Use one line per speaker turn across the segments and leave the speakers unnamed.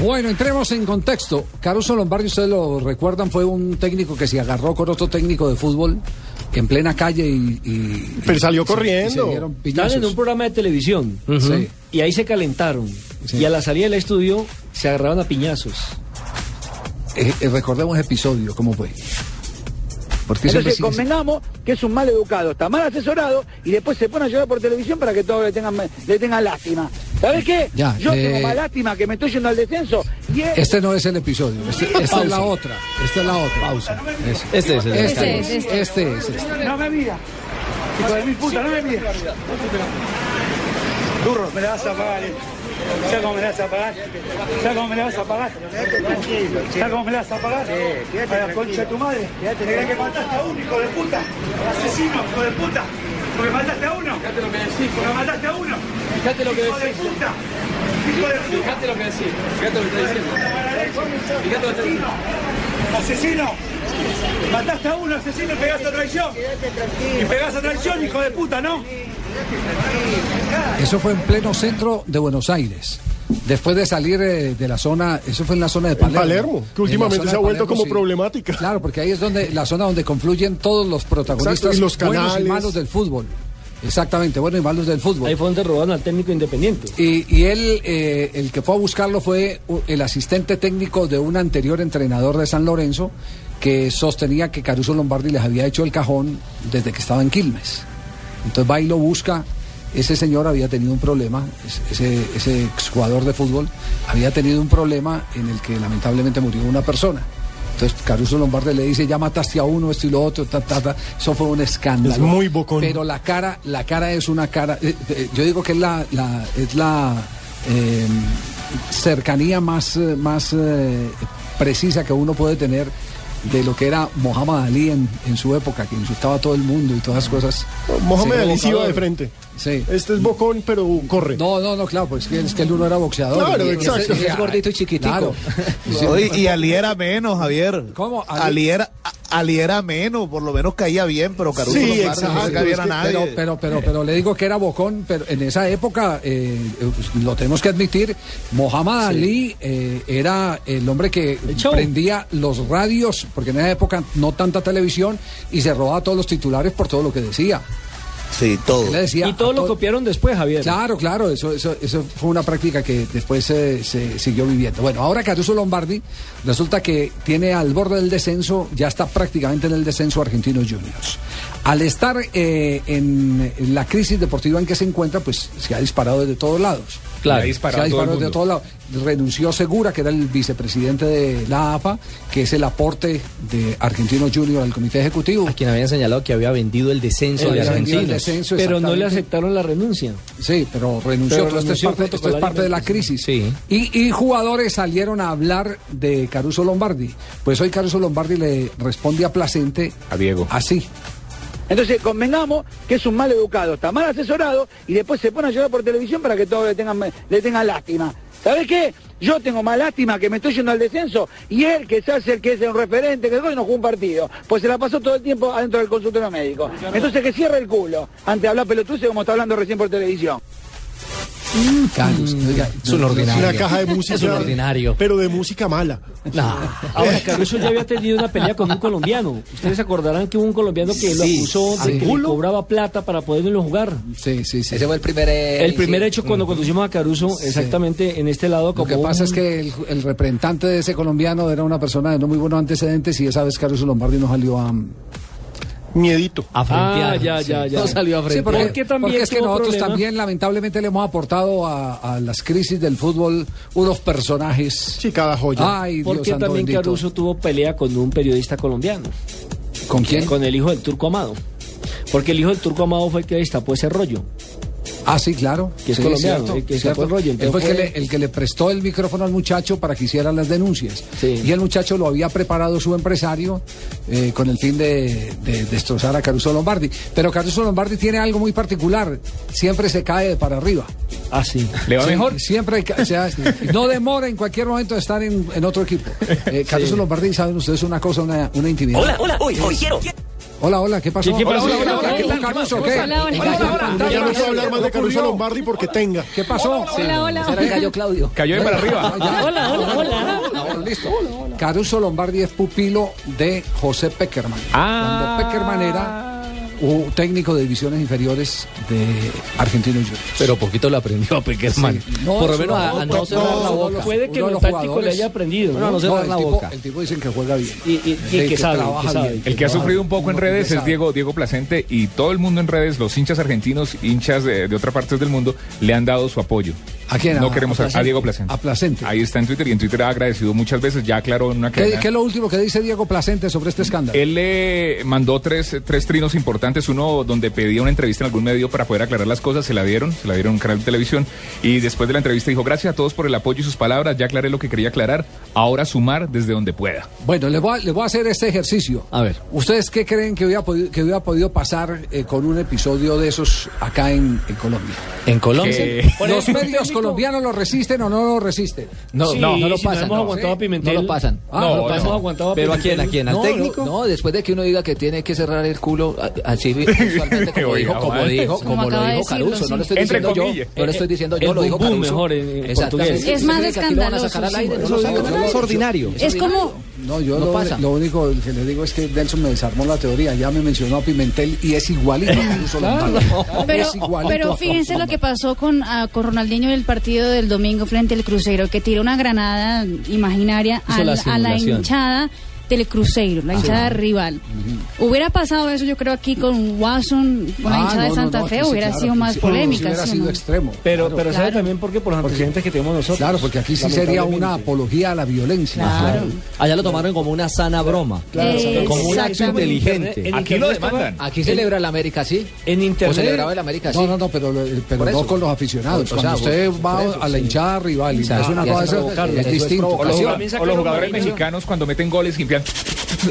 Bueno, entremos en contexto. Caruso Lombardi, ustedes lo recuerdan, fue un técnico que se agarró con otro técnico de fútbol en plena calle y... y-
Pero
y
salió
se-
corriendo.
y se dieron
Estaban
piñazos.
en un programa de televisión
Sí.
y ahí se calentaron.
Sí.
Y a la salida del estudio se agarraban a piñazos.
Eh, eh, recordemos episodio, ¿cómo fue? Porque siempre
Entonces
sigue-
convengamos que es un mal educado, está mal asesorado y después se pone a llorar por televisión para que todos le tengan, le tengan lástima. ¿Sabes qué?
Ya,
Yo
eh,
tengo más lástima que me estoy yendo al descenso y es-
Este no es el episodio, este- esta es la otra, esta es la otra. Pausa. Este,
es el
este, es, este, es, este.
No me miras. Hijo de mi puta, no me miras. Burro, me la vas a pagar. eh. ¿Sabes cómo me la vas a pagar? ¿Sabes cómo me la vas a pagar? ¿Sabes cómo me la vas a pagar? a la concha de tu madre. Te crees que mataste a uno, hijo de puta. Asesino, hijo de puta. Porque mataste a uno. Fíjate lo que decís. Porque mataste a uno. Fíjate lo que decís. Hijo de puta. Hijo de puta. Fíjate lo que decís. Fíjate lo que decís. Fíjate lo que decís. Asesino. Mataste a uno, asesino, y pegaste a traición. Y pegaste a traición, hijo de puta, ¿no?
Eso fue en pleno centro de Buenos Aires. Después de salir eh, de la zona, eso fue en la zona de Palermo.
Palermo, que
En la
últimamente
zona
se ha
de
vuelto como problemática.
Claro, porque ahí es donde la zona donde confluyen todos los protagonistas
Exacto, y los
buenos y
canales.
malos del fútbol. Exactamente, buenos y malos del fútbol.
Ahí fue donde robaron al técnico independiente.
Y, y él, eh, el que fue a buscarlo fue u- el asistente técnico de un anterior entrenador de San Lorenzo que sostenía que Caruso Lombardi les había hecho el cajón desde que estaba en Quilmes. Entonces va y lo busca. Ese señor había tenido un problema, es- ese, ese exjugador de fútbol había tenido un problema en el que lamentablemente murió una persona. Entonces Caruso Lombardi le dice, ya mataste a uno, esto y lo otro, ta, ta, ta. Eso fue un escándalo.
Es muy bocón.
Pero pero la cara, la cara es una cara. eh, eh, yo digo que es la, la- es la eh, cercanía más, eh, más eh, precisa que uno puede tener de lo que era Mohamed Ali en, en su época, que insultaba a todo el mundo y todas las cosas.
Mohamed
Sí,
Ali sí iba
evocador.
de frente.
Sí.
Este es bocón, pero corre.
No, no, no, claro, pues que, es que el uno era boxeador.
Claro,
Y- y
exacto.
ese- ese-
Es
gordito y chiquitico.
Claro.
Oye, y Ali era menos, Javier.
¿Cómo? Ali-
Ali era, a- Ali era menos, por lo menos caía bien, pero Caruso
Sí,
Lombardi no
exacto,
le caía bien
es
a
que-
nadie.
Pero, pero, pero, pero le digo que era bocón, pero en esa época, eh, eh, pues, lo tenemos que admitir, Mohamed Ali eh, era el hombre que
El show.
prendía los radios, porque en esa época no tanta televisión, y se robaba todos los titulares por todo lo que decía.
Sí, todo.
Él le decía
y todo
a
lo
to-
copiaron después, Javier.
Claro, claro, eso, eso, eso fue una práctica que después eh, se siguió viviendo. Bueno, ahora Caruso Lombardi resulta que tiene al borde del descenso, ya está prácticamente en el descenso Argentinos Juniors. Al estar eh, en la crisis deportiva en que se encuentra, pues se ha disparado desde todos lados.
Claro.
Se ha disparado, de todos lados. Renunció Segura, que era el vicepresidente de la AFA, que es el aporte de Argentinos Juniors al comité ejecutivo.
a quien habían señalado que había vendido el descenso
El
de
descenso.
Argentinos.
descenso,
pero no le
exactamente.
aceptaron la renuncia.
Sí, pero renunció.
Pero
pero esto, es
renunció
parte, esto es parte de la crisis.
Sí.
Y, y jugadores salieron a hablar de Caruso Lombardi. Pues hoy Caruso Lombardi le responde a Placente.
A Diego.
Así.
Entonces convengamos que es un mal educado, está mal asesorado y después se pone a llorar por televisión para que todos le tengan, le tengan lástima. ¿Sabes qué? Yo tengo más lástima que me estoy yendo al descenso y él que se hace el que es el referente, que hoy no jugó un partido, pues se la pasó todo el tiempo adentro del consultorio médico. Entonces que cierre el culo ante de hablar pelotuce como está hablando recién por televisión.
Caruso. Oiga,
es un ordinario.
Una caja de
Es un
música.
ordinario.
Pero de música mala.
No.
Ahora, Caruso ya había tenido una pelea con un colombiano. Ustedes se acordarán que hubo un colombiano que lo
Sí,
acusó de
sí.
que le cobraba plata para poderlo jugar.
Sí, sí, sí.
Ese fue el primer... eh,
El primer
sí.
hecho cuando conducimos a Caruso, exactamente en este lado,
Lo
como
que pasa
un-
es que el, el representante de ese colombiano era una persona de no muy buenos antecedentes y esa vez Caruso Lombardi no salió a...
Miedito.
A frontear.
Ah, ya, ya, ya.
No salió a
Sí,
frente.
porque,
Porque también
porque es que
tuvo
nosotros
problema.
también lamentablemente le hemos aportado a, a las crisis del fútbol unos personajes.
Sí, cada joya.
Ay, Dios
Porque
santo
también
bendito.
Caruso tuvo pelea con un periodista colombiano,
¿Con quién?
con el hijo del turco Amado. Porque el hijo del turco Amado fue el que destapó ese rollo.
Ah, sí, claro.
Que es
Sí,
colombiano,
cierto,
eh, que
cierto.
sacó el rollo,
Él fue el que,
entonces
le, el que le prestó el micrófono al muchacho para que hiciera las denuncias.
Sí.
Y el muchacho lo había preparado su empresario eh, con el fin de, de destrozar a Caruso Lombardi. Pero Caruso Lombardi tiene algo muy particular. Siempre se cae de para arriba.
Ah, sí.
¿Le va
Sí,
mejor?
Siempre, ca- o sea, no demora en cualquier momento de estar en, en otro equipo. Eh, Caruso Lombardi, saben ustedes una cosa, una, una intimidad. Hola, hola, hola, hola, ¿qué pasó?
¿Qué- qué pasó?
Hola, hola,
Hola,
hola,
hola,
¿qué
hola,
tal, Caruso? ¿Qué?
Hola, hola.
Ya no puedo hablar más de Caruso Lombardi porque tenga.
¿Qué pasó?
Hola, hola.
Ahora cayó Claudio.
Cayó de para arriba.
Ah, ya.
Hola, hola, hola.
No, bueno, listo. Caruso Lombardi es pupilo de José Peckerman.
Ah.
Cuando Peckerman era un técnico de divisiones inferiores de Argentino Juniors.
Pero poquito lo aprendió a Peckerman.
No,
Por lo
es
menos
una
a, a no
boca.
cerrar la
No,
boca.
Puede que
Uno de
lo
los
táctico le
jugadores-
haya aprendido.
Bueno, no sé. cerrar
el
la
tipo,
boca.
El tipo dicen que juega bien.
Y- y- y
De
que sabe, que
trabaja
sabe.
bien.
El que ha sufrido un poco en
Uno que
redes es
sabe.
Diego, Diego Placente y todo el mundo en redes, los hinchas argentinos, hinchas de, de otras partes del mundo, le han dado su apoyo.
¿A quién?
No
¿A-
queremos
a
a,
Placente?
Diego Placente.
A Placente.
Ahí está en Twitter y en Twitter ha agradecido muchas veces, ya aclaró en una
¿Qué,
cadena.
qué es lo último que dice Diego Placente sobre este escándalo?
Él le mandó tres, tres trinos importantes, uno donde pedía una entrevista en algún medio para poder aclarar las cosas, se la dieron, se la dieron en un canal de televisión y después de la entrevista dijo gracias a todos por el apoyo y sus palabras, ya aclaré lo que quería aclarar, ahora sumar desde donde pueda.
Bueno, les voy, a, les voy a hacer este ejercicio.
A ver.
¿Ustedes qué creen que hubiera podido, que hubiera podido pasar eh, con un episodio de esos acá en, en Colombia?
En Colombia.
Eh,
Que-
¿Los medios colombianos lo resisten o no lo resisten?
No,
Sí,
no, no lo
si no
pasan.
hemos aguantado a
Sí,
Pimentel.
No lo pasan.
Ah, no lo
hemos
no.
aguantado a
¿Pero a quién?
Pimentel.
¿A quién? ¿Al
No,
técnico?
lo-
No, después de que uno diga que tiene que cerrar el culo, a- así usualmente como
Oiga,
dijo, como
Juan.
dijo,
Como
como lo
acaba de
dijo
decirlo,
Caruso. No lo estoy
Entre
diciendo yo.
comillas.
No lo estoy diciendo yo,
El
lo dijo
bumbum
Caruso.
mejor en- en
Exactamente.
portugués.
Es
Si
más
cree que aquí lo van a
escandaloso,
sacar al
sí,
aire, no
eso
lo
digo
sacan.
yo.
Es ordinario.
Es como
No, yo
No
lo,
pasa.
lo único que le digo es que Nelson me desarmó la teoría. Ya me mencionó a Pimentel y es igualito a Caruso Lombardi.
Pero,
es igualito.
pero fíjense lo que pasó con, ah, con Ronaldinho en el partido del domingo frente al Cruzeiro, que tiró una granada imaginaria
Hizo
al-
la
a la
simulación.
hinchada del Cruzeiro, la hinchada rival. Hubiera pasado eso, yo creo, aquí con Watson, con la
Ah,
hinchada
no,
de
no,
Santa
no,
Fe,
sí,
hubiera
claro,
sido
sí,
más
sí,
polémica.
Hubiera
¿sí o
sido
no?
extremo.
Pero, pero sabe
Claro.
también por qué por los antecedentes que tenemos nosotros.
Claro, porque aquí sí sería una
Lamentablemente.
apología a la violencia.
Claro.
Allá lo tomaron como una sana broma.
Eh,
Como un
exacto.
acto inteligente.
En
Aquí
Internet
lo
estaba-
demandan.
Aquí celebra el América, sí.
En
O
internet.
celebraba el América, sí.
No, no, no, pero, lo- eh, pero
Por
no
eso.
con los aficionados.
O sea,
Cuando usted
por-
va
por eso,
a la
sí.
hinchada rival y le hace una
y hace
cosa,
provocarlo.
es
Eso es
distinto.
O los,
Ocasión.
jugad- o los jugadores mexicanos cuando meten goles y empiezan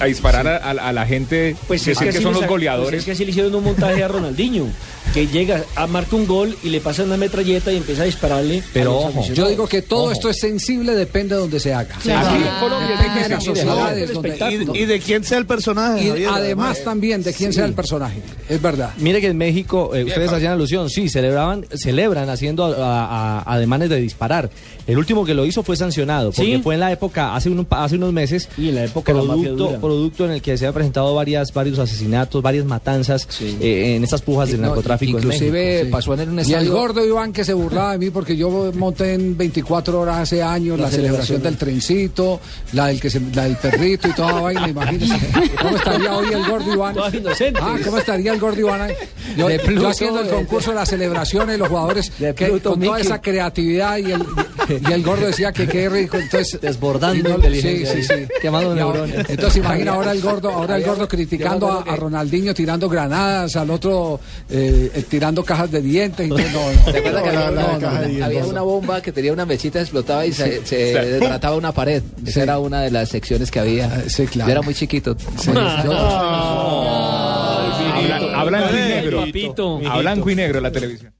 a disparar a, a- a la gente,
Pues
decir que,
así
son
le
los
sa-
goleadores.
pues es que así le hicieron un montaje a Ronaldinho, que llega, a marca un gol y le pasa una metralleta y empieza a dispararle.
Pero
a los
ojo,
aficionados.
Yo digo que todo
Ojo.
esto es sensible, depende de donde se haga.
Aquí en Colombia hay que
Depende de las
sentir
sensible.
sociedades. donde-
espectáculo.
Y, y de quién sea el personaje.
y
Javier,
además también de quién sea el personaje. Es verdad.
Mire que en México, eh, ustedes hacían alusión, sí, celebraban, celebran haciendo a- a- a- ademanes de disparar. El último que lo hizo fue sancionado, porque
¿Sí?
fue en la época, hace, un- hace unos meses,
Y en la época de la mafia
producto,
dura.
producto en el que se han presentado varias, varios asesinatos, varias matanzas eh, en estas pujas del
No,
narcotráfico. en
Inclusive
México. Sí.
pasó en un estadio. Y el gordo Iván que se burlaba de mí porque yo monté en 24 horas hace años la, celebración, del trencito, la del, que se- la del perrito y toda vaina, imagínense. ¿Cómo estaría hoy el gordo Iván?
Todas inocentes.
Ah, ¿cómo estaría el gordo Iván? ahí? Yo,
De
yo
Pluto,
haciendo el
de-
concurso de las celebraciones, los jugadores
De
que-
Pluto,
con toda
Mickey.
esa creatividad y el, y el gordo decía que qué rico, entonces...
Desbordando
y
inteligencia
Sí, sí,
ahí.
sí.
Quemando
Y ahora-
neuronas.
Entonces imagina ahora el gordo, ahora el gordo criticando a, a Ronaldinho tirando granadas, al otro eh, eh, tirando cajas de dientes. y todo. No, no.
¿Te acuerdas que
No,
había,
no,
una,
no, caja de diez,
había
no.
una bomba que tenía una mechita, explotaba y se, se trataba una pared? Esa era una de las secciones que había.
Ah, sí, claro.
Yo era muy chiquito.
Yo-
Hablan, hablan
Ay,
en negro.
papito.
A blanco y negro la televisión.